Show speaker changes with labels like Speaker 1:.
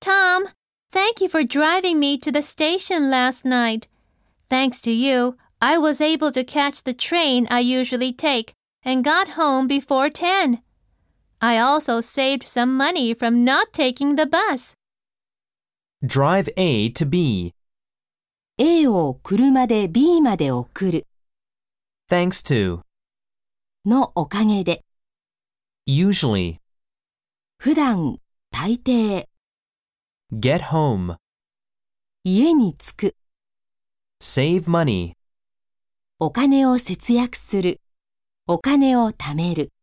Speaker 1: Tom, thank you for driving me to the station last night. Thanks to you, I was able to catch the train I usually take and got home before 10. I also saved some money from not taking the bus.
Speaker 2: Drive A to B.
Speaker 3: A を車で B まで送る
Speaker 2: Thanks to.
Speaker 3: のおかげで、
Speaker 2: Usually.
Speaker 3: 普段、大抵、
Speaker 2: Get home.
Speaker 3: 家に着く、
Speaker 2: Save money.
Speaker 3: お金を節約する、お金を貯める。